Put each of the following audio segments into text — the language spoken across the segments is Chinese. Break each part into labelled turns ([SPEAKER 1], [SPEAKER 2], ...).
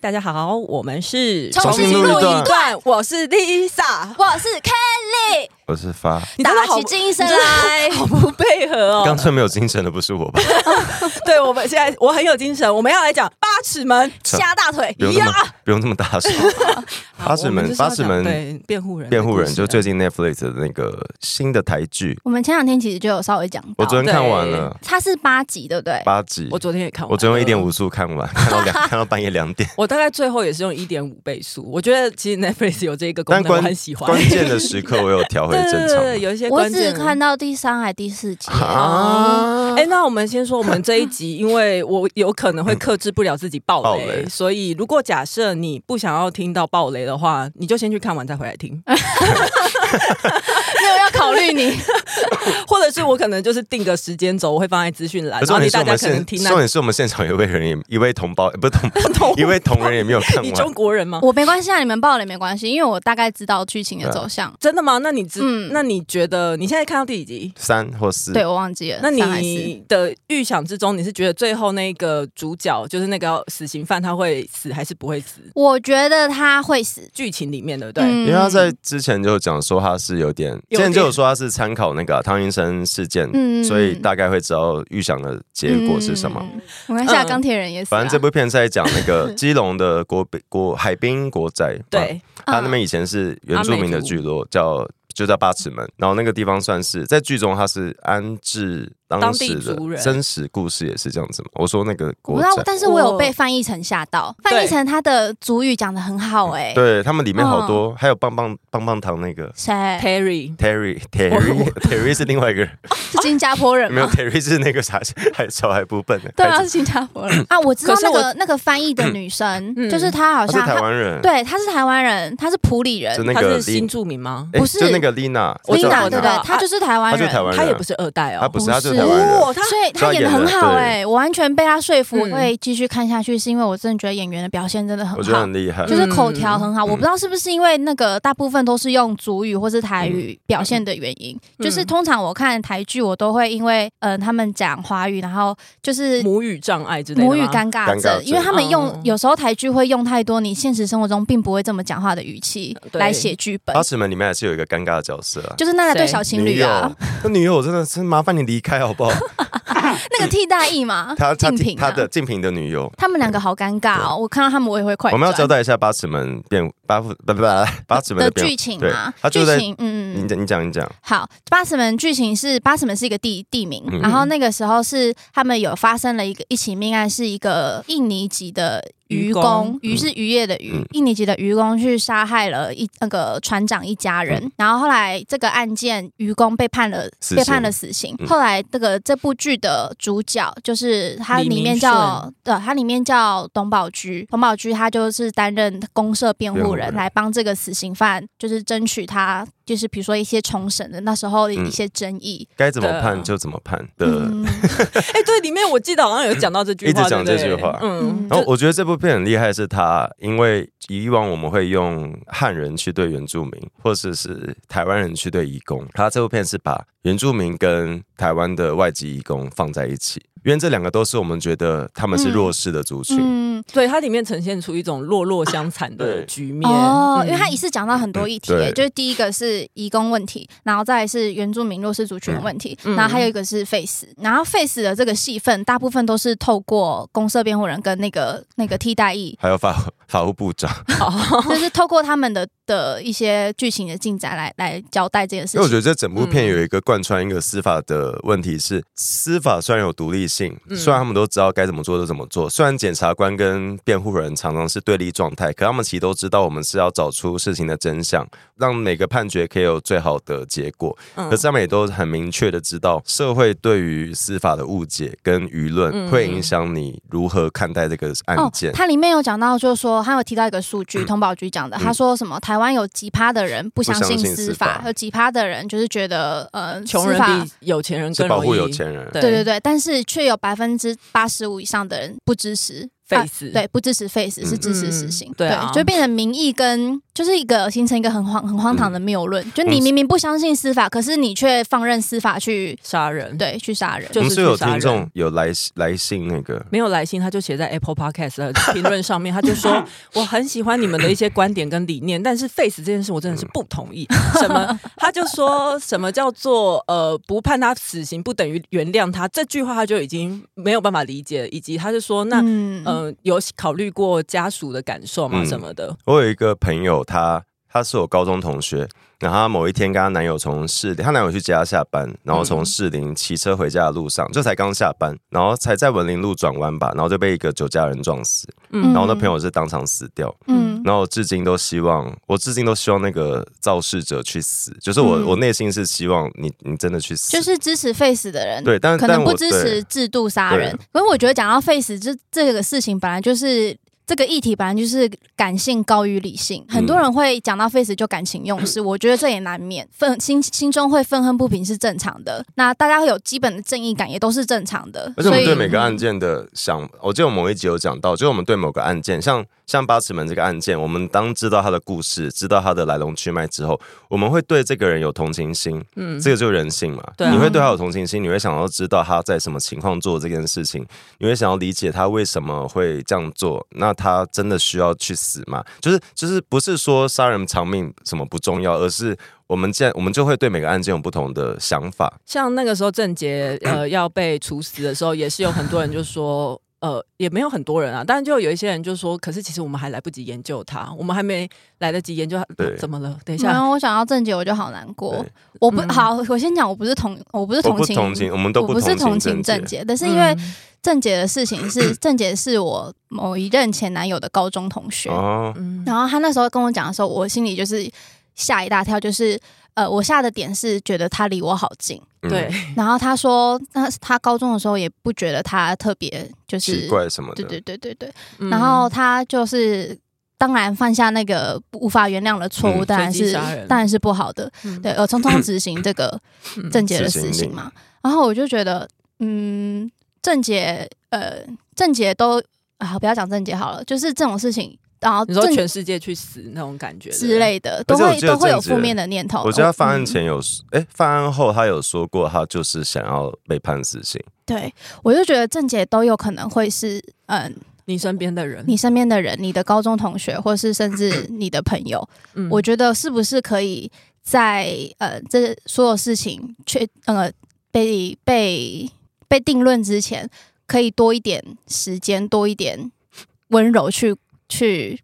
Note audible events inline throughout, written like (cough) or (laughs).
[SPEAKER 1] 大家好，我们是
[SPEAKER 2] 重新录一段
[SPEAKER 1] 段，我是 Lisa，
[SPEAKER 2] 我是 Kelly，
[SPEAKER 3] 我是发，
[SPEAKER 1] 你真的
[SPEAKER 2] 打
[SPEAKER 1] 好
[SPEAKER 2] 起精神来。
[SPEAKER 1] 好不配合
[SPEAKER 3] 刚
[SPEAKER 1] 哦。
[SPEAKER 3] 才没有精神的不是
[SPEAKER 1] (laughs)
[SPEAKER 3] 我吧？
[SPEAKER 1] 对，我们现在我很有精神，我们要来讲八尺门。
[SPEAKER 2] 加大腿，
[SPEAKER 3] 不用那么不用那么
[SPEAKER 1] (laughs)
[SPEAKER 3] 大声。八尺
[SPEAKER 1] 我们就
[SPEAKER 3] 门，
[SPEAKER 1] 是要
[SPEAKER 3] 八尺
[SPEAKER 1] 讲
[SPEAKER 3] 门，
[SPEAKER 1] 对辩护人的
[SPEAKER 3] 辩
[SPEAKER 1] 故事啊，
[SPEAKER 3] 护人就最近 Netflix 的那个新的台剧，
[SPEAKER 2] 我们前两天其实就有稍微讲到，
[SPEAKER 3] 我昨天看完了
[SPEAKER 2] 它是八集，对不对？
[SPEAKER 3] 八集
[SPEAKER 1] 哦我，昨天也看完了，
[SPEAKER 3] 我昨天一点五速看
[SPEAKER 1] (laughs)
[SPEAKER 3] 完，看到两看到半夜两点。
[SPEAKER 1] 我大概最后也是用一点五倍速，我觉得其实 Netflix 有这个功
[SPEAKER 3] 但
[SPEAKER 1] 能，我
[SPEAKER 3] 关
[SPEAKER 1] 很喜欢。
[SPEAKER 3] 关键的时刻我有调回
[SPEAKER 1] (laughs) 对对
[SPEAKER 3] 正
[SPEAKER 1] 对
[SPEAKER 3] 常。
[SPEAKER 1] 对，有一些
[SPEAKER 2] 我
[SPEAKER 1] 关
[SPEAKER 2] 只
[SPEAKER 1] 键的
[SPEAKER 2] 看到第三还第四
[SPEAKER 3] (laughs)
[SPEAKER 2] 集，
[SPEAKER 3] 嗯
[SPEAKER 1] 啊，哎、那我们先说我们这一集，因为我有可能会克制不了自己爆雷，
[SPEAKER 3] 爆雷
[SPEAKER 1] 所以如果假设你不想要听到爆雷的话，你就先去看完再回来听，
[SPEAKER 2] 没有要考虑
[SPEAKER 3] (laughs)
[SPEAKER 2] 你。
[SPEAKER 1] 或者是我可能就是定个时间轴，我会放在资讯栏，然
[SPEAKER 3] 可是
[SPEAKER 1] 后
[SPEAKER 3] 哎重
[SPEAKER 1] 你
[SPEAKER 3] 点是
[SPEAKER 1] 大
[SPEAKER 3] 我
[SPEAKER 1] 家
[SPEAKER 3] 们
[SPEAKER 1] 可能
[SPEAKER 3] 现，
[SPEAKER 1] 听
[SPEAKER 3] 重
[SPEAKER 1] 那
[SPEAKER 3] 点是我们现场有一位人也一位同胞，呃不是同
[SPEAKER 1] (laughs) 同
[SPEAKER 3] 一位同仁也没有看
[SPEAKER 1] (laughs) 你
[SPEAKER 3] 完
[SPEAKER 1] 中。国人吗？
[SPEAKER 2] 我没关系啊，你们爆雷没关系，因为我大概知道剧情的走向。
[SPEAKER 1] 真的吗？那你知、
[SPEAKER 2] 嗯
[SPEAKER 1] 那你觉得你现在看到第几集？
[SPEAKER 3] 三或四，
[SPEAKER 2] 对，我忘记了。
[SPEAKER 1] 那
[SPEAKER 2] 三还四
[SPEAKER 1] 你的预想之中，你是觉得最后那个主角就是那个死刑犯，他会死还是不会死？
[SPEAKER 2] 我觉得他会死，
[SPEAKER 1] 剧情里面对不对？
[SPEAKER 2] 嗯
[SPEAKER 3] 因为他在之前就讲说他是有点，
[SPEAKER 1] 有
[SPEAKER 3] 之
[SPEAKER 1] 点
[SPEAKER 3] 前就有说他是参考那个啊汤医生事件，
[SPEAKER 2] 嗯
[SPEAKER 3] 所以大概会知道预想的结果是什么。
[SPEAKER 2] 嗯我看一下
[SPEAKER 1] 嗯
[SPEAKER 2] 钢铁人也死啊，
[SPEAKER 3] 反正这部片是在讲那
[SPEAKER 2] (laughs)
[SPEAKER 3] 个基隆的国北国海滨国宅，
[SPEAKER 1] 对，
[SPEAKER 3] 啊，
[SPEAKER 2] 嗯
[SPEAKER 3] 他那边以前是原住民的聚落，叫就叫八尺门，然后那个地方算是在剧中它是安置当
[SPEAKER 1] 当
[SPEAKER 3] 时
[SPEAKER 1] 地族
[SPEAKER 3] 的
[SPEAKER 1] 人
[SPEAKER 3] 真实故事也是这样子嘛。我说那个
[SPEAKER 2] 我不
[SPEAKER 3] 国
[SPEAKER 2] 知道，
[SPEAKER 3] 宅，
[SPEAKER 2] 但是我有被翻译成吓到。
[SPEAKER 1] 哦对
[SPEAKER 2] 翻译成他的主语讲的很好哎、欸，
[SPEAKER 3] 对他们里面好多，
[SPEAKER 2] 哦
[SPEAKER 3] 还有棒棒棒棒糖那个
[SPEAKER 1] (laughs)
[SPEAKER 2] 谁
[SPEAKER 1] Terry，
[SPEAKER 2] (laughs)
[SPEAKER 3] Terry Terry Terry 是另外一个人。
[SPEAKER 2] 是新加坡人
[SPEAKER 3] (laughs) 没有
[SPEAKER 2] 吗？
[SPEAKER 3] Terry 是那个啥，还小还不笨的，
[SPEAKER 2] 对啊，
[SPEAKER 3] 还
[SPEAKER 2] 是
[SPEAKER 3] 是
[SPEAKER 2] 新加坡人 (clears throat) 啊！我知道
[SPEAKER 1] 可是
[SPEAKER 2] 那
[SPEAKER 1] 我
[SPEAKER 2] 个那个翻译的女生，
[SPEAKER 1] 嗯
[SPEAKER 2] 就是她好
[SPEAKER 3] 他是
[SPEAKER 2] 像
[SPEAKER 3] 台
[SPEAKER 2] 她
[SPEAKER 3] 湾人，，
[SPEAKER 2] 对，她是台湾人，她是普里人
[SPEAKER 3] 就那
[SPEAKER 1] 他
[SPEAKER 3] 个
[SPEAKER 1] 是
[SPEAKER 3] Lin-
[SPEAKER 1] 新住民吗？
[SPEAKER 3] 诶
[SPEAKER 2] 不是
[SPEAKER 3] 就那个 Lina，
[SPEAKER 1] 我知道
[SPEAKER 2] ，Linda
[SPEAKER 1] 我知道
[SPEAKER 2] 对不
[SPEAKER 1] 啊
[SPEAKER 2] 对？她就是台湾
[SPEAKER 3] 他就是
[SPEAKER 2] 人
[SPEAKER 3] 台，湾人，啊
[SPEAKER 1] 他也不是二代哦，
[SPEAKER 3] 他不是，他就是
[SPEAKER 2] 不
[SPEAKER 3] 台
[SPEAKER 2] 是
[SPEAKER 3] 湾人。
[SPEAKER 1] 哦，他
[SPEAKER 2] 所以她演的很好哎、我完全被她说服，
[SPEAKER 1] 嗯
[SPEAKER 2] 我会继续看下去，是因为我真的觉得演员的表现真的很
[SPEAKER 3] 我觉得
[SPEAKER 2] 好
[SPEAKER 3] 很。厉害
[SPEAKER 2] 就，是口条很好，
[SPEAKER 3] 嗯
[SPEAKER 2] 我不知道是不是因为那个大部分都是用主语或是
[SPEAKER 3] 嗯
[SPEAKER 2] 台语表现的原因，
[SPEAKER 1] 嗯
[SPEAKER 2] 就是通常我看台剧，我都会因为嗯、呃他们讲华语，然后就是
[SPEAKER 1] 母语障碍之类的吗，
[SPEAKER 2] 母语尴尬
[SPEAKER 3] 尴尬
[SPEAKER 2] 症
[SPEAKER 3] 症，
[SPEAKER 2] 因为他们用、
[SPEAKER 1] 嗯
[SPEAKER 2] 有时候台剧会用太多你现实生活中并不会这么讲话的语气
[SPEAKER 1] 呃对
[SPEAKER 2] 来写剧本
[SPEAKER 3] 八，尺门里面还是有一个尴尬的角色啊，
[SPEAKER 2] 就是那个对
[SPEAKER 1] 谁
[SPEAKER 2] 小情侣啊，，
[SPEAKER 3] 那女友真的是麻烦你离开好不好？
[SPEAKER 2] (laughs) 那个替代役嘛，
[SPEAKER 3] (laughs) 他他
[SPEAKER 2] 竞品、
[SPEAKER 3] 他
[SPEAKER 2] 啊，
[SPEAKER 3] 的竞品的女友。
[SPEAKER 2] 他们两个好尴尬哦，我看到他们我也会快转。
[SPEAKER 3] 我们要交代一下八尺门辩八不不不八尺门
[SPEAKER 2] 的
[SPEAKER 3] 辩
[SPEAKER 2] 剧情
[SPEAKER 3] 对
[SPEAKER 2] 嘛，
[SPEAKER 3] 他
[SPEAKER 2] 剧
[SPEAKER 3] 就在
[SPEAKER 2] 情嗯，
[SPEAKER 3] 你讲你讲你讲，
[SPEAKER 2] 好，八尺门剧情是八尺门是一个地地名，
[SPEAKER 3] 嗯
[SPEAKER 2] 然后那个时候是他们有发生了一个一起命案，是一个印尼籍的渔
[SPEAKER 1] 渔工
[SPEAKER 2] 工，渔是渔业的渔，
[SPEAKER 3] 嗯
[SPEAKER 2] 印尼籍的渔工去杀害了一那个船长一家人，然后后来这个案件渔工被判了
[SPEAKER 3] 嗯死刑
[SPEAKER 2] 被判了死刑，
[SPEAKER 3] 嗯
[SPEAKER 2] 后来这个这部剧的主角就是他
[SPEAKER 1] 李
[SPEAKER 2] 里
[SPEAKER 1] 明
[SPEAKER 2] 面叫对，他里面叫董宝驹，董宝驹他就是担任公社辩
[SPEAKER 3] 辩
[SPEAKER 2] 护人
[SPEAKER 3] 护人
[SPEAKER 2] 来帮这个死刑犯，就是争取他，就是比如说一些重审的那时候的
[SPEAKER 3] 嗯
[SPEAKER 2] 一些争议。
[SPEAKER 3] 该怎么
[SPEAKER 1] 对啊
[SPEAKER 3] 判就怎么判的
[SPEAKER 2] 嗯，
[SPEAKER 1] 哎，对，里面我记得好像有讲到这句话，
[SPEAKER 3] 一直讲
[SPEAKER 1] 对不对
[SPEAKER 3] 这句话
[SPEAKER 1] 嗯
[SPEAKER 2] 嗯
[SPEAKER 3] 然后我觉得这部片很厉害，是它因为以往我们会用汉人去对原住民，或者是台湾人去对移工，它这部片是把原住民跟台湾的外籍移工放在一起，因为这两个都是我们觉得他们是弱势的族群。
[SPEAKER 2] 嗯，
[SPEAKER 1] 对，它里面呈现出一种弱弱相残的
[SPEAKER 3] 对
[SPEAKER 1] 局面嗯
[SPEAKER 2] 哦，因为他
[SPEAKER 1] 他
[SPEAKER 2] 一次讲到很多议题、
[SPEAKER 3] 嗯对
[SPEAKER 2] 就是第一个是移工问题，然后再来是原住民弱势族群的问题，
[SPEAKER 1] 嗯嗯
[SPEAKER 2] 然后还有一个是 face，然后 face 的这个戏份大部分都是透过公社辩护人跟那个那个替
[SPEAKER 1] (laughs)
[SPEAKER 2] 代役，
[SPEAKER 3] 还有法法务部长，
[SPEAKER 2] 就是透过他们的的一些剧情的进展来来交代这件事
[SPEAKER 3] 因为我觉
[SPEAKER 2] 情。
[SPEAKER 3] 得这整部
[SPEAKER 1] 嗯
[SPEAKER 3] 片有一个贯穿一个司法的问题是，司法虽然有独立性，
[SPEAKER 1] 嗯
[SPEAKER 3] 虽然他们都知道该怎么做就怎么做，虽然检察官跟辩护人常常是对立状态，可他们其实都知道我们是要找出事情的真相，让每个判决可以有最好的结果。
[SPEAKER 1] 嗯
[SPEAKER 3] 可是他们也都很明确的知道，社会对于司法的误解跟
[SPEAKER 1] 嗯
[SPEAKER 3] 舆
[SPEAKER 1] 哦
[SPEAKER 3] 论会影响你如何看嗯待这个案件。
[SPEAKER 2] 哦它里面有讲到，就是说他有提到一个数据，通宝局讲的，他说什么台湾有几趴的人不相信
[SPEAKER 3] 不相信
[SPEAKER 2] 司
[SPEAKER 3] 司
[SPEAKER 2] 法
[SPEAKER 3] 法，
[SPEAKER 2] 有几趴的人就是觉得呃
[SPEAKER 1] 穷
[SPEAKER 2] 司
[SPEAKER 1] 人
[SPEAKER 2] 法
[SPEAKER 1] 比有钱人
[SPEAKER 3] 是
[SPEAKER 1] 更
[SPEAKER 3] 保
[SPEAKER 1] 容
[SPEAKER 3] 护
[SPEAKER 1] 易
[SPEAKER 3] 有
[SPEAKER 2] 啊
[SPEAKER 3] 钱人，
[SPEAKER 2] 对对对，但是却有百分之八十五以上的人不支持啊
[SPEAKER 1] face
[SPEAKER 3] 嗯
[SPEAKER 2] 对，不支持 face 是支持死刑
[SPEAKER 1] 嗯，对啊
[SPEAKER 2] 就变成民意跟就是一个形成一个很荒很荒唐的谬
[SPEAKER 3] 嗯
[SPEAKER 2] 论，就你明明不相信司法，可是你却放任司法去
[SPEAKER 1] 杀人，，
[SPEAKER 2] 对去杀人。
[SPEAKER 1] 就
[SPEAKER 3] 我们
[SPEAKER 1] 是
[SPEAKER 3] 是有
[SPEAKER 1] 去杀
[SPEAKER 3] 听
[SPEAKER 1] 人
[SPEAKER 3] 众。有来来信那个，
[SPEAKER 1] 没有来信，他就写在 Apple Podcast 的评论上面，他就说我很喜欢你们的一些观点跟理念，但是 Face 这件事我真的是不同意。什么？他就说什么叫做呃不判他死刑不等于原谅他这句话，他就已经没有办法理解，以及他就说那
[SPEAKER 2] 嗯
[SPEAKER 1] 嗯、呃有考虑过家属的感受吗？
[SPEAKER 3] 嗯
[SPEAKER 1] 什么的？
[SPEAKER 3] 我有一个朋友，他他是我高中同学，然后她某一天跟她男友从士林，她男友去接她下班，然后
[SPEAKER 2] 嗯
[SPEAKER 3] 从士林骑车回家的路上，就才刚下班，然后才在文林路转弯吧，然后就被一个酒驾人撞死，
[SPEAKER 2] 嗯
[SPEAKER 3] 然后那朋友是当场死掉，
[SPEAKER 2] 嗯
[SPEAKER 3] 然后我至今都希望，我至今都希望那个肇事者去死，就是我、
[SPEAKER 2] 嗯
[SPEAKER 3] 我内心是希望你你真的去死，
[SPEAKER 2] 就是支持 face 的人，
[SPEAKER 3] 对，但
[SPEAKER 2] 可
[SPEAKER 3] 但
[SPEAKER 2] 能
[SPEAKER 3] 我
[SPEAKER 2] 不支
[SPEAKER 3] 对
[SPEAKER 2] 持制度杀人。可是我觉得讲到 face 这这个事情，本来就是这个议题，本来就是感性高于理性。很
[SPEAKER 3] 嗯
[SPEAKER 2] 多人会讲到 face 就感情用事，我觉得这也难免，愤心心中会愤恨不平是正常的。那大家有基本的正义感也都是正常的，
[SPEAKER 3] 而
[SPEAKER 2] 所
[SPEAKER 3] 且我们
[SPEAKER 2] 以嗯
[SPEAKER 3] 对每个案件的想，我记得我某一集有讲到，就是我们对某个案件，像像八尺门这个案件，我们当知道他的故事，知道他的来龙去脉之后，我们会对这个人有同情心，
[SPEAKER 1] 嗯，
[SPEAKER 3] 这个就是人性嘛。
[SPEAKER 1] 对啊
[SPEAKER 3] 你会对他有同情心，你会想要知道他在什么情况做这件事情，你会想要理解他为什么会这样做。那他真的需要去死吗？就是就是不是说杀人偿命什么不重要，而是我们见我们就会对每个案件有不同的想法。
[SPEAKER 1] 像那个时候郑杰呃要被处死的时候，也是有很多人就说。呃，也没有很多人啊，但就有一些人就说，可是其实我们还来不及研究他，我们还没来得及研究他，
[SPEAKER 3] 对
[SPEAKER 1] 怎么了？等一
[SPEAKER 2] 没
[SPEAKER 1] 下，
[SPEAKER 2] 有，我想到正解，我就好难过
[SPEAKER 3] 对。
[SPEAKER 2] 我不、
[SPEAKER 1] 嗯
[SPEAKER 2] 好，我先讲，我不是同，我不是
[SPEAKER 3] 我
[SPEAKER 2] 同
[SPEAKER 3] 不
[SPEAKER 2] 情，
[SPEAKER 3] 同情，我们都
[SPEAKER 2] 我不是同
[SPEAKER 3] 同
[SPEAKER 2] 情
[SPEAKER 3] 正
[SPEAKER 2] 正
[SPEAKER 3] 解。
[SPEAKER 2] 解，但是因为
[SPEAKER 1] 嗯
[SPEAKER 2] 正解的事情
[SPEAKER 3] (clears throat)
[SPEAKER 2] 是，正解是我某一任前男友的高中同学。
[SPEAKER 3] 哦，
[SPEAKER 1] 嗯
[SPEAKER 2] 然后他那时候跟我讲的时候，我心里就是吓一大跳，就是呃，我吓的点是觉得他离我好
[SPEAKER 3] (clears throat)
[SPEAKER 2] 近。
[SPEAKER 3] 嗯
[SPEAKER 1] 对，
[SPEAKER 2] 然后他说，他他高中的时候也不觉得他特别就是
[SPEAKER 3] 奇怪什么的。
[SPEAKER 2] 对对对对对。
[SPEAKER 1] 嗯
[SPEAKER 2] 然后他就是当然犯下那个无法原谅的错误，
[SPEAKER 3] 嗯
[SPEAKER 2] 当然
[SPEAKER 1] 随机
[SPEAKER 2] 是
[SPEAKER 1] 杀人
[SPEAKER 2] 当然是不好的，
[SPEAKER 1] 嗯
[SPEAKER 2] 对，呃，匆匆执行这个
[SPEAKER 1] 嗯
[SPEAKER 2] 郑杰的
[SPEAKER 3] 执行
[SPEAKER 2] 死刑
[SPEAKER 3] 令
[SPEAKER 2] 嘛。然后我就觉得，嗯，郑杰，呃，郑杰都啊，不要讲郑杰好了，就是这种事情，然后
[SPEAKER 1] 你说
[SPEAKER 2] 郑
[SPEAKER 1] 全世界去死那种感觉
[SPEAKER 2] 之，类的，
[SPEAKER 3] 而
[SPEAKER 2] 都
[SPEAKER 3] 且我
[SPEAKER 2] 会
[SPEAKER 3] 记得
[SPEAKER 2] 都会有
[SPEAKER 3] 郑杰
[SPEAKER 2] 负面的念头。
[SPEAKER 3] 我记得他犯案
[SPEAKER 2] 嗯
[SPEAKER 3] 前有，哎、犯案后他有说过，他就是想要被判死刑。
[SPEAKER 2] 对我就觉得郑杰都有可能会是，嗯，
[SPEAKER 1] 对你身边的人，
[SPEAKER 2] 你身边的人，你的高中同学，或是甚
[SPEAKER 3] (clears throat)
[SPEAKER 2] 至你的朋友，
[SPEAKER 1] 嗯
[SPEAKER 2] 我觉得是不是可以在呃这所有事情确呃被被被定论之前，可以多一点时间，多一点温柔去去，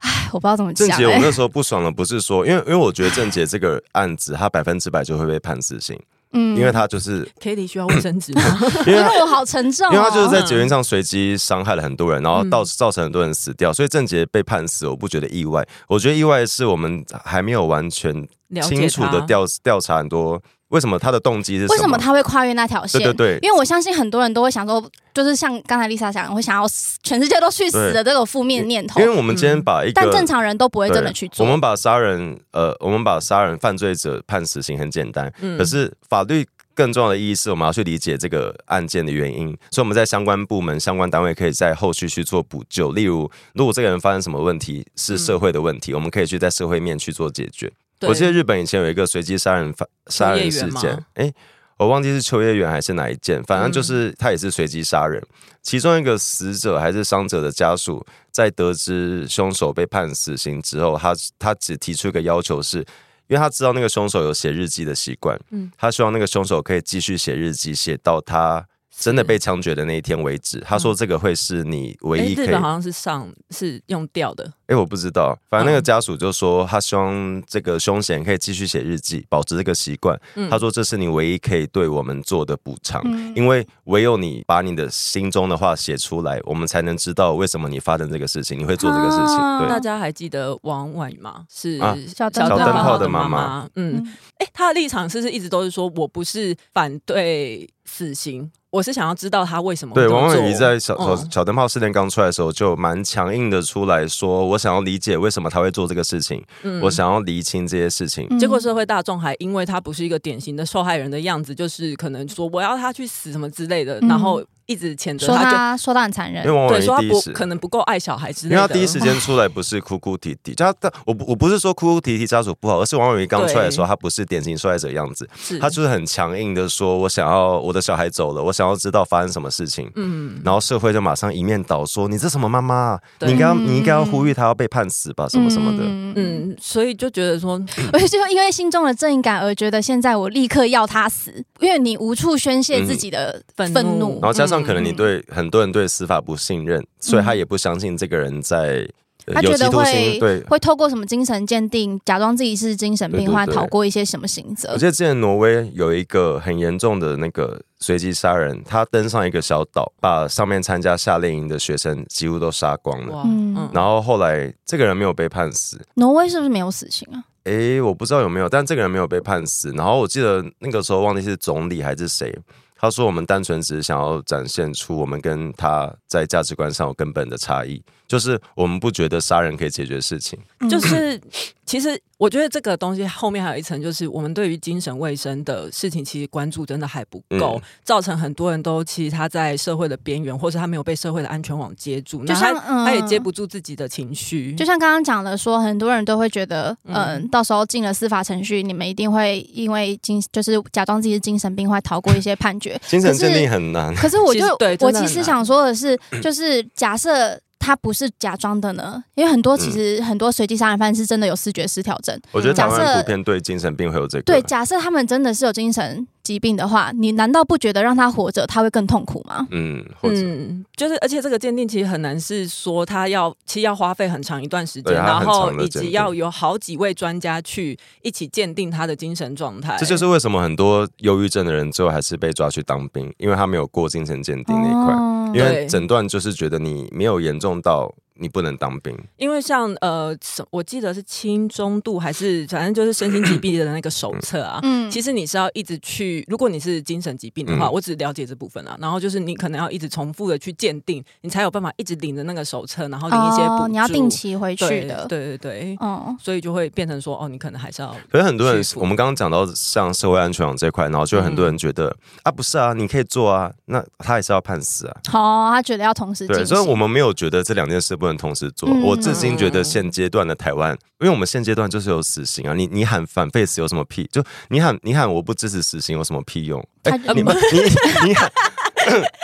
[SPEAKER 2] 唉，我不知道怎么
[SPEAKER 3] 郑
[SPEAKER 2] 讲、
[SPEAKER 3] 杰，我
[SPEAKER 2] 欸
[SPEAKER 3] 那时候不爽的不是说，因为因为我觉得郑杰这个案子，他百分之百就会被判死刑，
[SPEAKER 2] 嗯
[SPEAKER 3] 因为他就是，
[SPEAKER 1] Kitty 需要卫生纸
[SPEAKER 3] (laughs)
[SPEAKER 1] 吗？
[SPEAKER 3] 因
[SPEAKER 2] 因
[SPEAKER 3] 为他
[SPEAKER 2] (laughs) 为我好沉重、哦，嗯
[SPEAKER 3] 因为他就是在捷运上随机伤害了很多人，然后造造成很多人死掉，所以郑杰被判死，我不觉得意外。我觉得意外是我们还没有完全
[SPEAKER 1] 了解
[SPEAKER 3] 清楚
[SPEAKER 1] 他
[SPEAKER 3] 的调调查很多为什么他的动机是
[SPEAKER 2] 为什么他会跨越那条线？
[SPEAKER 3] 对对对
[SPEAKER 2] 因为我相信很多人都会想说，就是像刚才丽莎讲，会想要死全世界都去死的这种负面念头
[SPEAKER 3] 因为，我们今天把一个、
[SPEAKER 2] 嗯但正常人都不会真的去做。
[SPEAKER 3] 我们把杀人，呃，我们把杀人犯罪者判死刑很简单，
[SPEAKER 1] 嗯
[SPEAKER 3] 可是法律更重要的意义是我们要去理解这个案件的原因，所以我们在相关部门、相关单位可以在后续去做补救。例如，如果这个人发生什么问题是社会的问题，我们可以去在社会面去做解决。
[SPEAKER 1] 对
[SPEAKER 3] 我记得日本以前有一个随机杀人犯杀人事
[SPEAKER 1] 秋叶原
[SPEAKER 3] 件
[SPEAKER 1] 吗，
[SPEAKER 3] 哎、我忘记是秋叶原还是哪一件，反正就是他也是随机杀人，其中一个死者还是伤者的家属，在得知凶手被判死刑之后，他他只提出一个要求是，因为他知道那个凶手有写日记的习惯，
[SPEAKER 1] 嗯
[SPEAKER 3] 他希望那个凶手可以继续写日记，写到他真的被枪决的那一天为止。他说这个会是你唯
[SPEAKER 1] 诶
[SPEAKER 3] 一可
[SPEAKER 1] 哎日
[SPEAKER 3] 以
[SPEAKER 1] 本好像是上是用掉的，
[SPEAKER 3] 哎、我不知道，反正那个
[SPEAKER 1] 嗯
[SPEAKER 3] 家属就说，他希望这个凶嫌可以继续写日记，保持这个习惯。
[SPEAKER 1] 嗯
[SPEAKER 3] 他说这是你唯一可以对我们做的补偿，
[SPEAKER 2] 嗯
[SPEAKER 3] 因为唯有你把你的心中的话写出来，我们才能知道为什么你发生这个事情，你会做这个事情。
[SPEAKER 2] 啊
[SPEAKER 1] 大
[SPEAKER 3] 对，
[SPEAKER 1] 家还记得王婉吗？是
[SPEAKER 3] 啊
[SPEAKER 2] 小灯
[SPEAKER 1] 灯
[SPEAKER 2] 泡
[SPEAKER 1] 泡
[SPEAKER 3] 的
[SPEAKER 1] 妈
[SPEAKER 3] 妈妈
[SPEAKER 2] 嗯
[SPEAKER 1] 妈。嗯，哎、她的立场是不是一直都是说我不是反对死刑，我是想要知道他为什么
[SPEAKER 3] 对，
[SPEAKER 1] 这么
[SPEAKER 3] 王婉
[SPEAKER 1] 做
[SPEAKER 3] 仪在小小
[SPEAKER 1] 嗯
[SPEAKER 3] 小灯泡事件刚出来的时候，就蛮强硬的出来说，我想要理解为什么他会做这个事情，
[SPEAKER 1] 嗯
[SPEAKER 3] 我想要厘清这些事情。
[SPEAKER 2] 嗯
[SPEAKER 1] 结果社会大众还因为他不是一个典型的受害人的样子，就是可能说我要他去死什么之类的，
[SPEAKER 2] 嗯
[SPEAKER 1] 然后一直谴责
[SPEAKER 2] 说
[SPEAKER 1] 他，
[SPEAKER 2] 他说他很残忍
[SPEAKER 3] 因为，王
[SPEAKER 1] 就对
[SPEAKER 3] 婉仪
[SPEAKER 1] 说他
[SPEAKER 3] 第一
[SPEAKER 1] 不
[SPEAKER 3] 时，
[SPEAKER 1] 可能不够爱小孩之
[SPEAKER 3] 因
[SPEAKER 1] 类的。
[SPEAKER 3] 为他第一时间出来不是哭哭啼啼，就他他我不我不是说哭哭啼啼家属不好，而是王婉仪刚出来的时候，
[SPEAKER 1] 对
[SPEAKER 3] 他不是典型受害者的样子，
[SPEAKER 1] 是
[SPEAKER 3] 他就是很强硬的说，我想要我的小孩走了，我想要知道发生什么事情。
[SPEAKER 1] 嗯，
[SPEAKER 3] 然后社会就马上一面倒说：“你这什么妈妈啊？
[SPEAKER 1] 对
[SPEAKER 3] 你应该要
[SPEAKER 2] 嗯
[SPEAKER 3] 你应该要呼吁他要被判死吧，什么什么的。
[SPEAKER 2] 嗯嗯，
[SPEAKER 1] 嗯，所以就觉得说，
[SPEAKER 2] 我就因为心中的正义感而觉得现在我立刻要他死，因为你无处宣泄自己的
[SPEAKER 1] 嗯
[SPEAKER 2] 愤
[SPEAKER 1] 愤
[SPEAKER 2] 怒
[SPEAKER 1] 怒
[SPEAKER 3] 然后加上可能
[SPEAKER 1] 嗯
[SPEAKER 3] 你对、很多人对司法不信任，所以他也不相信这个人在、呃
[SPEAKER 2] 他
[SPEAKER 3] 有
[SPEAKER 2] 觉
[SPEAKER 3] 期
[SPEAKER 2] 得
[SPEAKER 3] 徒
[SPEAKER 2] 会
[SPEAKER 3] 刑。对，
[SPEAKER 2] 会透过什么精神鉴定，假装自己是精神
[SPEAKER 3] 对
[SPEAKER 2] 病
[SPEAKER 3] 对
[SPEAKER 2] 患，
[SPEAKER 3] 对
[SPEAKER 2] 逃过一些什么刑责
[SPEAKER 3] 我记。得之前挪威有一个很严重的那个随机杀人，他登上一个小岛，把上面参加夏令营的学生几乎都杀光了。
[SPEAKER 1] 哇，
[SPEAKER 2] 嗯
[SPEAKER 1] 嗯，
[SPEAKER 3] 然后后来这个人没有被判死，
[SPEAKER 2] 挪威是不是没有死刑啊？
[SPEAKER 3] 诶，我不知道有没有，但这个人没有被判死。然后我记得那个时候忘记是总理还是谁，他说我们单纯只是想要展现出我们跟他在价值观上有根本的差异，就是我们不觉得杀人可以解决事情。
[SPEAKER 2] 嗯
[SPEAKER 1] 就是，其实我觉得这个东西后面还有一层，就是我们对于精神卫生的事情，其实关注真的还不够，
[SPEAKER 3] 嗯。
[SPEAKER 1] 造成很多人都其实他在社会的边缘，或是他没有被社会的安全网接住，
[SPEAKER 2] 就
[SPEAKER 1] 那
[SPEAKER 2] 像
[SPEAKER 1] 他、
[SPEAKER 2] 嗯
[SPEAKER 1] 他也接不住自己的情绪，
[SPEAKER 2] 就像刚刚讲的说，很多人都会觉得，嗯、到时候进了司法程序，你们一定会因为精就是假装自己是精神病患，逃过一些判决
[SPEAKER 3] 精神鉴定很难，
[SPEAKER 2] 可是我
[SPEAKER 1] (laughs) 其
[SPEAKER 2] 就
[SPEAKER 1] 实对
[SPEAKER 2] 我
[SPEAKER 1] 真的
[SPEAKER 2] 其
[SPEAKER 1] 很
[SPEAKER 2] 实
[SPEAKER 1] 难
[SPEAKER 2] 想说的是，
[SPEAKER 1] (coughs)
[SPEAKER 2] 就是假设他不是假装的呢，因为很
[SPEAKER 1] 嗯
[SPEAKER 2] 多其实很多随机杀人犯是真的有视觉失调症。
[SPEAKER 3] 我觉得台
[SPEAKER 2] 嗯假设
[SPEAKER 3] 湾普遍对精神病会有这个。
[SPEAKER 2] 对，假设他们真的是有精神疾病的话，你难道不觉得让他活着他会更痛苦吗？
[SPEAKER 3] 嗯，或者、
[SPEAKER 1] 嗯，就是，而且这个鉴定其实很难，是说他要其实要花费很长一段时间，
[SPEAKER 3] 对它
[SPEAKER 1] 然
[SPEAKER 3] 很
[SPEAKER 1] 后
[SPEAKER 3] 长的
[SPEAKER 1] 以
[SPEAKER 3] 鉴
[SPEAKER 1] 及
[SPEAKER 3] 定
[SPEAKER 1] 要有好几位专家去一起鉴定他的精神状态。
[SPEAKER 3] 这就是为什么很多忧郁症的人最后还是被抓去当兵，因为他没有过精神鉴定那一块，
[SPEAKER 2] 哦
[SPEAKER 3] 因为
[SPEAKER 1] 对
[SPEAKER 3] 诊断就是觉得你没有严重到你不能当兵。
[SPEAKER 1] 因为像呃，什我记得是轻中度还是反正就是身心疾病的那个手册啊。
[SPEAKER 2] 嗯
[SPEAKER 1] 其实你是要一直去，如果你是精神疾病的话，
[SPEAKER 3] 嗯
[SPEAKER 1] 我只了解这部分啊。然后就是你可能要一直重复的去鉴定，你才有办法一直领着那个手册，然后领一些补助。
[SPEAKER 2] 哦，你要定期回
[SPEAKER 1] 对
[SPEAKER 2] 去的。
[SPEAKER 1] 对对对，
[SPEAKER 2] 哦，
[SPEAKER 1] 所以就会变成说，哦，你可能还是要
[SPEAKER 3] 可是很多人
[SPEAKER 1] 去，除
[SPEAKER 3] 我们刚刚讲到像社会安全网这块，然后就有很多人觉得、啊，不是啊，你可以做啊，那他也是要判死啊。
[SPEAKER 2] 好、他觉得要同时进
[SPEAKER 3] 对，
[SPEAKER 2] 行。
[SPEAKER 3] 所以我们没有觉得这两件事不能同时做。
[SPEAKER 2] 嗯
[SPEAKER 3] 我至今觉得现阶段的台湾，因为我们现阶段就是有死刑啊，你你喊反废死有什么屁？就你喊你喊我不支持死刑有什么屁用？哎、
[SPEAKER 2] 他 (laughs)
[SPEAKER 3] 你们你你喊。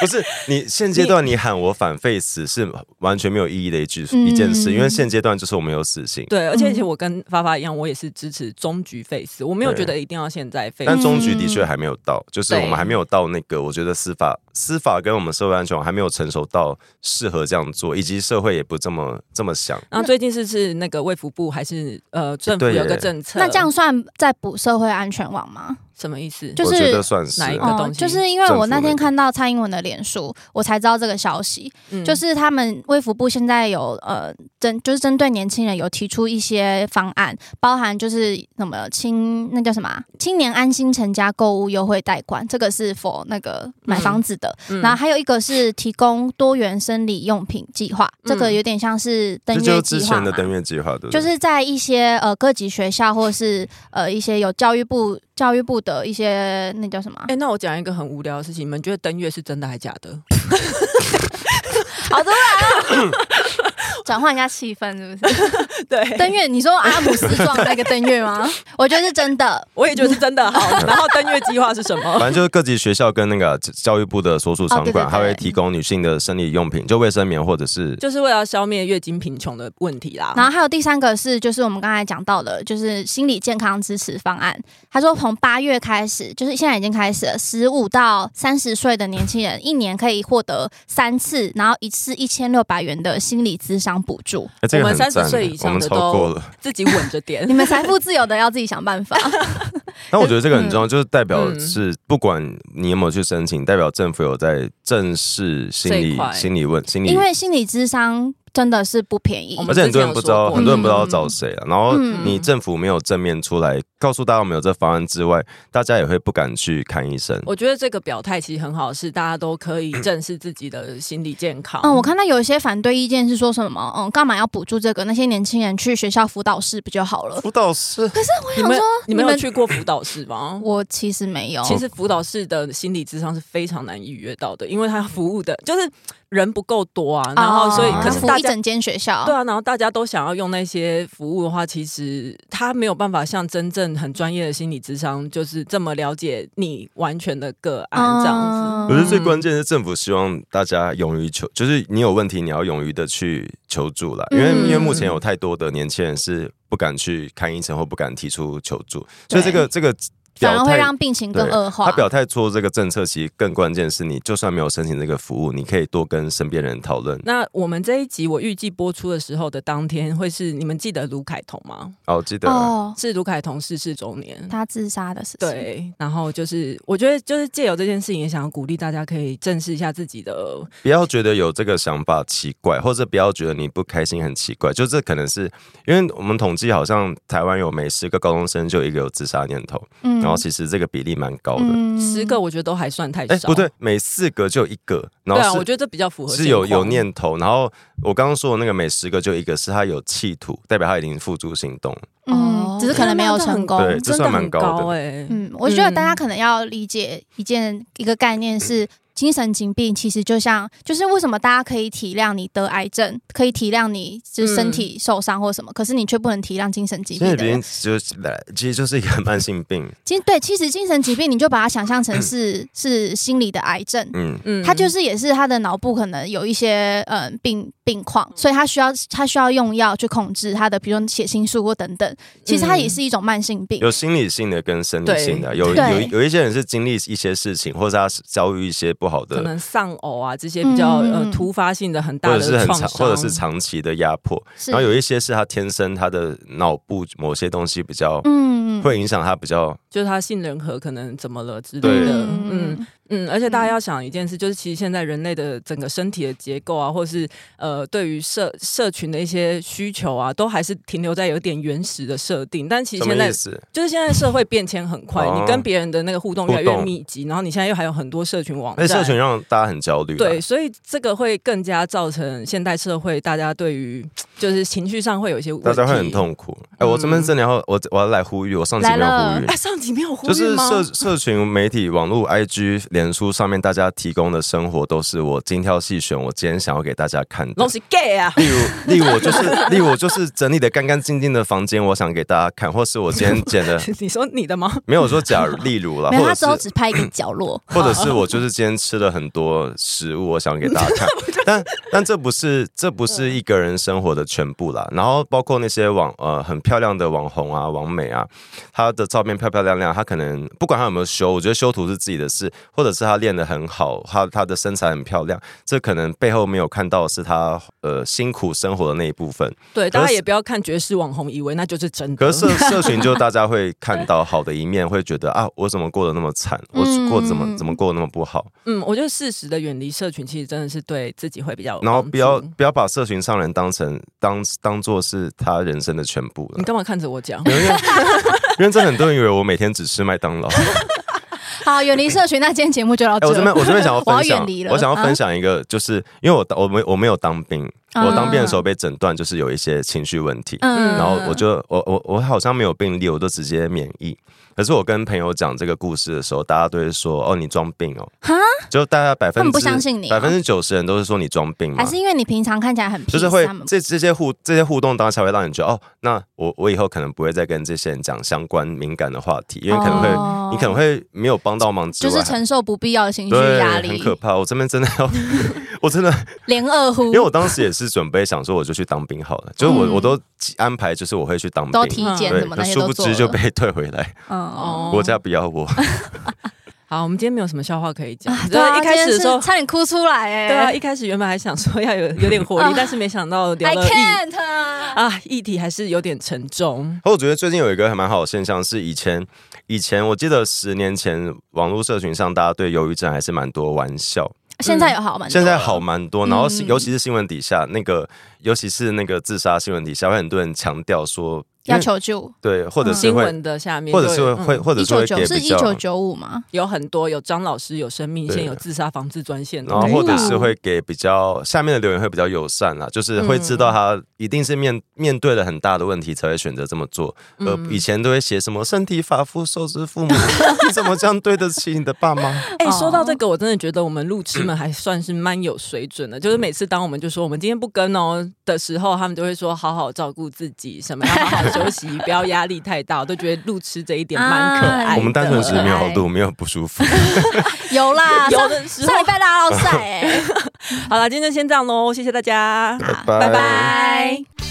[SPEAKER 3] 不是你现阶段你喊我反废死是完全没有意义的一句、一件事，
[SPEAKER 2] 嗯
[SPEAKER 3] 因为现阶段就是我们有死刑，
[SPEAKER 1] 对，而且
[SPEAKER 2] 嗯
[SPEAKER 1] 而且我跟发发一样，我也是支持终局 face，我没有
[SPEAKER 3] 对
[SPEAKER 1] 觉得一定要现在 face。
[SPEAKER 3] 但
[SPEAKER 2] 嗯
[SPEAKER 3] 终局的确还没有到，就是
[SPEAKER 1] 对
[SPEAKER 3] 我们还没有到那个，我觉得司法司法跟我们社会安全网还没有成熟到适合这样做，以及社会也不这么这么想。
[SPEAKER 1] 然后最近是是那个卫福部还是呃政府
[SPEAKER 3] 对耶
[SPEAKER 1] 有个政策，
[SPEAKER 2] 那这样算在补社会安全网吗？
[SPEAKER 1] 什么意思？
[SPEAKER 2] 就是
[SPEAKER 3] 我觉得算是啊
[SPEAKER 1] 哪一个
[SPEAKER 2] 哦，
[SPEAKER 1] 东西
[SPEAKER 2] 就是因为我那
[SPEAKER 3] 政府那
[SPEAKER 2] 天
[SPEAKER 3] 个
[SPEAKER 2] 看到蔡英文的脸书，我才知道这个消息，
[SPEAKER 1] 嗯
[SPEAKER 2] 就是他们卫福部现在有呃针，就是针对年轻人有提出一些方案，包含就是什么青那叫什么啊、青年安心成家购物优惠贷款，这个是否那个买房子的，
[SPEAKER 1] 嗯
[SPEAKER 2] 然后还有一个是提供多元生理用品计划，这个
[SPEAKER 1] 嗯
[SPEAKER 2] 有点像是登
[SPEAKER 3] 这就
[SPEAKER 2] 月
[SPEAKER 3] 是
[SPEAKER 2] 计
[SPEAKER 3] 之
[SPEAKER 2] 划
[SPEAKER 3] 前
[SPEAKER 2] 嘛
[SPEAKER 3] 的。登月计划，对不
[SPEAKER 2] 就
[SPEAKER 3] 对？
[SPEAKER 2] 是在一些呃各级学校，或是呃一些有教育部教育部的一些那叫什么啊
[SPEAKER 1] 哎、？那我讲一个很无聊的事情，你们觉得登月是真的还假的？
[SPEAKER 2] 好突然 (coughs) 啊！转换一下气氛，是不是？
[SPEAKER 1] (laughs) 对，
[SPEAKER 2] (laughs) 登月，你说阿姆斯壮那个登月吗？ (laughs) 我觉得是真的。
[SPEAKER 1] 我也觉得是真 (laughs) 的。好，然后登月计划是什么？ (laughs)
[SPEAKER 3] 反正就是各级学校跟那个教育部的所属场
[SPEAKER 2] 哦对对
[SPEAKER 3] 馆，
[SPEAKER 2] 对
[SPEAKER 3] 还会提供女性的生理用品，就卫生棉或者是
[SPEAKER 1] 就是为了消灭月经贫穷的问题啦。
[SPEAKER 2] 然后还有第三个是，就是我们刚才讲到的，就是心理健康支持方案。他说从八月开始，就是现在已经开始了，十五到三十岁的年轻人一年可以获得三次，然后一次一千六百元的心理咨商补助。
[SPEAKER 3] 哎这个
[SPEAKER 1] 我们
[SPEAKER 3] 很赞
[SPEAKER 1] 30岁以，
[SPEAKER 3] 我
[SPEAKER 1] 上
[SPEAKER 3] 们
[SPEAKER 1] 的
[SPEAKER 3] 超过了。
[SPEAKER 1] 自己稳着点
[SPEAKER 2] (laughs) 你。们财富自由的要自己想办法。
[SPEAKER 3] 但我觉得这个很重要，就是代表
[SPEAKER 1] 嗯
[SPEAKER 3] 是不管你有没有去申请，代表政府有在正视心
[SPEAKER 1] 这一
[SPEAKER 3] 理
[SPEAKER 1] 块
[SPEAKER 3] 心理问心理
[SPEAKER 2] 因为心理咨商真的是不便宜
[SPEAKER 1] 我。们
[SPEAKER 3] 而且很多人不知道，
[SPEAKER 1] 我们
[SPEAKER 3] 很多
[SPEAKER 2] 之前有说过
[SPEAKER 3] 人不知道找谁啊。然后
[SPEAKER 2] 嗯
[SPEAKER 3] 你政府没有正面出来告诉大家我们有这方案之外，大家也会不敢去看医生。
[SPEAKER 1] 我觉得这个表态其实很好，是大家都可以正视自己的心理健康。
[SPEAKER 2] 嗯，我看到有一些反对意见是说什么，嗯，干嘛要补助这个？那些年轻人去学校辅导室不就好了？
[SPEAKER 3] 辅导师
[SPEAKER 1] 你们
[SPEAKER 2] 说
[SPEAKER 1] 你们有
[SPEAKER 2] 你们
[SPEAKER 1] 去过辅导室吗？
[SPEAKER 2] 我其实没有，
[SPEAKER 1] 其实辅导室的心理智商是非常难预约到的，因为他服务的就是人不够多啊，然后所以
[SPEAKER 2] 哦
[SPEAKER 1] 可是
[SPEAKER 2] 服
[SPEAKER 1] 大
[SPEAKER 2] 一
[SPEAKER 1] 家
[SPEAKER 2] 整间学校，
[SPEAKER 1] 对啊，然后大家都想要用那些服务的话，其实他没有办法像真正很专业的心理智商，就是这么了解你完全的个案这样
[SPEAKER 2] 嗯
[SPEAKER 3] 我觉得最关键是政府希望大家勇于求，就是你有问题，你要勇于的去求助啦。因为、
[SPEAKER 2] 嗯
[SPEAKER 3] 因为目前有太多的年轻人是不敢去看医生或不敢提出求助，所以这个这个
[SPEAKER 2] 反而
[SPEAKER 3] 表
[SPEAKER 2] 会
[SPEAKER 3] 态
[SPEAKER 2] 让病情更
[SPEAKER 3] 对
[SPEAKER 2] 恶化。
[SPEAKER 3] 他表态做这个政策，其实更关键是你就算没有申请这个服务，你可以多跟身边人讨论。
[SPEAKER 1] 那我们这一集我预计播出的时候的当天，会是你们记得卢凯彤吗？
[SPEAKER 3] 哦，记得、
[SPEAKER 2] 哦，
[SPEAKER 1] 是卢凯彤逝世周年。
[SPEAKER 2] 他自杀的事情，
[SPEAKER 1] 对，然后就是我觉得就是借由这件事情，也想要鼓励大家可以正视一下自己的，
[SPEAKER 3] 不要觉得有这个想法奇怪，或者不要觉得你不开心很奇怪，就这可能是因为我们统计好像台湾有每十个高中生就有一个有自杀念头，
[SPEAKER 2] 嗯，
[SPEAKER 3] 然后其实这个比例蛮高的。
[SPEAKER 2] 嗯
[SPEAKER 1] 十个我觉得都还算太
[SPEAKER 3] 哎、
[SPEAKER 1] 少。
[SPEAKER 3] 不对，，每四个就有一个，然
[SPEAKER 1] 对
[SPEAKER 3] 后
[SPEAKER 1] 啊，
[SPEAKER 3] 是、
[SPEAKER 1] 我觉得这比较符合
[SPEAKER 3] 是有
[SPEAKER 1] 现况
[SPEAKER 3] 有念头，然后我刚刚说的那个每十个就一个是他有企图，代表他已经付诸行动。
[SPEAKER 1] 哦
[SPEAKER 2] 嗯，只是可能没有
[SPEAKER 1] 啊
[SPEAKER 2] 成功。
[SPEAKER 3] 对
[SPEAKER 1] 真
[SPEAKER 3] 这
[SPEAKER 1] 的
[SPEAKER 3] 算蛮
[SPEAKER 1] 很
[SPEAKER 3] 高的
[SPEAKER 1] 高哎、
[SPEAKER 2] 嗯，我觉得大家可能要理解一件一个概念是。精神疾病其实就像，就是为什么大家可以体谅你得癌症，可以体谅你就是身体受伤或什么，可是你却不能体谅精神疾
[SPEAKER 3] 现在
[SPEAKER 2] 病的
[SPEAKER 3] 别人
[SPEAKER 2] 人。
[SPEAKER 3] 就是其实就是一个慢性病，
[SPEAKER 2] 其实对，其实精神疾病你就把它想象成是是心理的癌症，
[SPEAKER 3] 嗯，
[SPEAKER 1] (laughs) 嗯
[SPEAKER 2] 他就是也是他的脑部可能有一些嗯病病况，所以他需要他需要用药去控制他的，比如说血清素或等等。其实它
[SPEAKER 1] 嗯
[SPEAKER 2] 也是一种慢性病。
[SPEAKER 3] 有心理性的跟生理性的，有有
[SPEAKER 2] 对
[SPEAKER 3] 有一些人是经历一些事情，或者他是遭遇一些不好
[SPEAKER 1] 可
[SPEAKER 3] 的，
[SPEAKER 1] 能丧偶啊这些比较、
[SPEAKER 2] 嗯
[SPEAKER 1] 呃突发性的很大
[SPEAKER 3] 或
[SPEAKER 1] 的
[SPEAKER 3] 者是很
[SPEAKER 1] 创
[SPEAKER 3] 长
[SPEAKER 1] 伤，
[SPEAKER 3] 或者是长期的压迫，
[SPEAKER 2] 是
[SPEAKER 3] 然后有一些是他天生他的脑部某些东西比较
[SPEAKER 2] 嗯
[SPEAKER 3] 会影响他比较
[SPEAKER 1] 就是他杏仁核可能怎么了之类
[SPEAKER 3] 对
[SPEAKER 1] 的，嗯嗯，而且大家要想一件事，就是其实现在人类的整个身体的结构啊，或是呃对于社社群的一些需求啊，都还是停留在有点原始的设定。但其实
[SPEAKER 3] 什么
[SPEAKER 1] 现在哦
[SPEAKER 3] 意思？
[SPEAKER 1] 就是现在社会变迁很快，
[SPEAKER 3] 哦
[SPEAKER 1] 你跟别人的那个互动越来
[SPEAKER 3] 互
[SPEAKER 1] 越
[SPEAKER 3] 动
[SPEAKER 1] 密集，然后你现在又还有很多社群网
[SPEAKER 3] 那
[SPEAKER 1] 站，
[SPEAKER 3] 社群让大家很焦虑啦，
[SPEAKER 1] 对，所以这个会更加造成现代社会大家对于就是情绪上会有一些问题，
[SPEAKER 3] 大家会很。痛苦。哎，我这边真的要我我要来呼吁，我上期没
[SPEAKER 2] 嗯
[SPEAKER 3] 有
[SPEAKER 2] 来
[SPEAKER 3] 呼
[SPEAKER 2] 了
[SPEAKER 3] 吁
[SPEAKER 1] 哎，。上集没有呼
[SPEAKER 3] 就
[SPEAKER 1] 吁
[SPEAKER 3] 是
[SPEAKER 1] 吗？
[SPEAKER 3] 社社群媒体、网络、IG、脸书上面，大家提供的生活都是我精挑细选，我今天想要给大家看的。
[SPEAKER 1] 都是 gay 啊， (laughs)
[SPEAKER 3] 例如，例如我就是， (laughs) 例如我就是整理的干干净净的房间，我想给大家看，或是我今天
[SPEAKER 2] (laughs)
[SPEAKER 3] 剪的，
[SPEAKER 1] 你说你的吗？
[SPEAKER 3] 没有说假如，例如啦，
[SPEAKER 2] 没有，
[SPEAKER 3] 或
[SPEAKER 2] 他之
[SPEAKER 3] 者
[SPEAKER 2] 后
[SPEAKER 3] 是。
[SPEAKER 2] 只拍一个角落 (laughs)
[SPEAKER 3] 嗯或者是我就是今天吃了很多食物，我想给大家看，但但这不是这不是一个人生活的全部啦。然后包括那些网呃很漂亮的网红啊、网美啊，她的照片漂漂亮亮，她可能不管她有没有修，我觉得修图是自己的事，或者是她练得很好，她她的身材很漂亮，这可能背后没有看到的是她呃辛苦生活的那一部分。
[SPEAKER 1] 对，
[SPEAKER 3] 可
[SPEAKER 1] 大
[SPEAKER 3] 是
[SPEAKER 1] 家也不要看绝世网红，以为那就是真的。
[SPEAKER 3] 可是社社群就大家会看到好的一面，会觉得啊，我怎么过得那么惨？我过得怎么
[SPEAKER 2] 嗯
[SPEAKER 3] 怎么过得那么不好？
[SPEAKER 1] 嗯，我觉得适时的远离社群，其实真的是对自己会比较有帮助。
[SPEAKER 3] 然后不要不要把社群上人当成当当做是他人生的全部了
[SPEAKER 1] 你。干嘛看着我讲？ (laughs)
[SPEAKER 3] 因为
[SPEAKER 2] (laughs)
[SPEAKER 3] 因为真的很多人以为我每天只吃麦当劳。哎、
[SPEAKER 2] 好，远离社群，那今天节哦目就到这。
[SPEAKER 3] 我这边我这边想要
[SPEAKER 2] (laughs) 我要
[SPEAKER 3] 分
[SPEAKER 2] 远
[SPEAKER 3] 享
[SPEAKER 2] 离，了，
[SPEAKER 3] 我想要分享一个，就是因为我我没我没有当兵，
[SPEAKER 2] 啊
[SPEAKER 3] 我当兵的时候被诊断就是有一些情绪问题。
[SPEAKER 2] 嗯，嗯
[SPEAKER 3] 然后我就我我我好像没有病例，我就直接免疫。可是我跟朋友讲这个故事的时候，大家都会说：“哦，你装病哦。”
[SPEAKER 2] 哈，
[SPEAKER 3] 就大家百
[SPEAKER 2] 他
[SPEAKER 3] 分之
[SPEAKER 2] 们不相信你哦，
[SPEAKER 3] 百分之九十人都是说你装病嘛
[SPEAKER 2] 还，是因为你平常看起来很 peace，
[SPEAKER 3] 就是会
[SPEAKER 2] 他们不
[SPEAKER 3] 这这些互这些互动当下会让你觉得哦，那我我以后可能不会再跟这些人讲相关敏感的话题，因为可能会、
[SPEAKER 2] 哦
[SPEAKER 3] 你可能会没有帮到忙之
[SPEAKER 2] 就
[SPEAKER 3] 外，
[SPEAKER 2] 是承受不必要的情绪
[SPEAKER 3] 对
[SPEAKER 2] 压
[SPEAKER 3] 很
[SPEAKER 2] 力，
[SPEAKER 3] 可怕。我这边真的
[SPEAKER 2] (laughs)
[SPEAKER 3] 要，我真的，
[SPEAKER 2] 连二呼
[SPEAKER 3] 因为我当时也是准备想说我就去当兵好了，就是我、
[SPEAKER 2] 嗯
[SPEAKER 3] 我都安排就是我会去当
[SPEAKER 2] 都
[SPEAKER 3] 兵
[SPEAKER 2] 体。检
[SPEAKER 3] 对
[SPEAKER 2] 什么那，些
[SPEAKER 3] 殊
[SPEAKER 2] 都
[SPEAKER 3] 不
[SPEAKER 2] 做
[SPEAKER 3] 知
[SPEAKER 2] 了，
[SPEAKER 3] 就
[SPEAKER 2] (laughs)
[SPEAKER 3] 被退回来，
[SPEAKER 1] 嗯
[SPEAKER 2] 嗯
[SPEAKER 1] 哦
[SPEAKER 3] 国家不要我。 (laughs)
[SPEAKER 1] 好，我们今天没有什么笑话可以讲。
[SPEAKER 2] 对啊，
[SPEAKER 1] 一开始
[SPEAKER 2] 今
[SPEAKER 1] 的时
[SPEAKER 2] 天
[SPEAKER 1] 候
[SPEAKER 2] 是，差点哭出来哎、
[SPEAKER 1] 对啊，一开始原本还想说要有有点活
[SPEAKER 2] (laughs)
[SPEAKER 1] 力，但是没想到聊
[SPEAKER 2] i
[SPEAKER 1] 了议
[SPEAKER 2] can't 啊。
[SPEAKER 3] 嗯
[SPEAKER 1] 啊议题还是有点沉重。
[SPEAKER 3] 哦我觉得最近有一个还蛮好的现象是，以前以前我记得十年前网络社群上，大家对忧郁症还是蛮多玩笑，
[SPEAKER 2] 现在有好吗？
[SPEAKER 3] 现在好蛮多，
[SPEAKER 2] 嗯
[SPEAKER 3] 然后是尤其是新闻底下那个，尤其是那个自杀新闻底下，会很多人强调说
[SPEAKER 2] 要求救。
[SPEAKER 3] 对，或者是
[SPEAKER 1] 新
[SPEAKER 3] 会，
[SPEAKER 1] 闻的下面就
[SPEAKER 3] 或
[SPEAKER 1] 有，
[SPEAKER 3] 者是会会，
[SPEAKER 1] 嗯
[SPEAKER 3] 或者
[SPEAKER 2] 一
[SPEAKER 3] 是
[SPEAKER 2] 九
[SPEAKER 3] 会
[SPEAKER 2] 九
[SPEAKER 3] 给
[SPEAKER 2] 是
[SPEAKER 3] 比
[SPEAKER 2] 一
[SPEAKER 3] 较，
[SPEAKER 2] 九九五吗？
[SPEAKER 1] 有很多有张老师，有生命
[SPEAKER 3] 对
[SPEAKER 1] 线，有自杀防治专线的，
[SPEAKER 3] 然后或者是
[SPEAKER 2] 哦
[SPEAKER 3] 会给比较下面的留言会比较友善啦，就是会知道他一定是面面对了很大的问题才会选择这么做，呃，以前都会写什么身体发肤受之父母，你怎么这样对得起你的爸妈？
[SPEAKER 1] 哎、
[SPEAKER 2] 哦
[SPEAKER 1] 说到这个，我真的觉得我们路痴们还算是蛮有水准
[SPEAKER 3] (clears throat)
[SPEAKER 1] 的。就是每次当我们就说我们今天不跟哦的时候，他们都会说好好照顾自己，什么要好好休息，不要压力太大。我都觉得路痴这一点蛮可爱的。
[SPEAKER 2] 哎啊
[SPEAKER 3] 我们单纯只是没有好
[SPEAKER 2] 可
[SPEAKER 3] 度，没有不舒服。
[SPEAKER 2] 有啦，
[SPEAKER 1] 有
[SPEAKER 2] 上
[SPEAKER 1] 的时候
[SPEAKER 2] 上礼拜大家
[SPEAKER 3] (laughs)
[SPEAKER 2] 要晒
[SPEAKER 1] (laughs)
[SPEAKER 2] 哎，
[SPEAKER 1] 好了，今天就先这样喽，谢谢大家。
[SPEAKER 2] 好
[SPEAKER 3] 拜
[SPEAKER 2] 拜拜。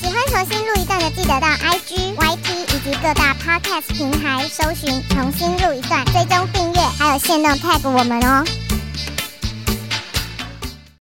[SPEAKER 4] 喜欢重新录一段的，记得到 IG、YT 以及各大 Podcast 平台搜寻“重新录一段”，追踪订阅，还有限定 tag 我们哦。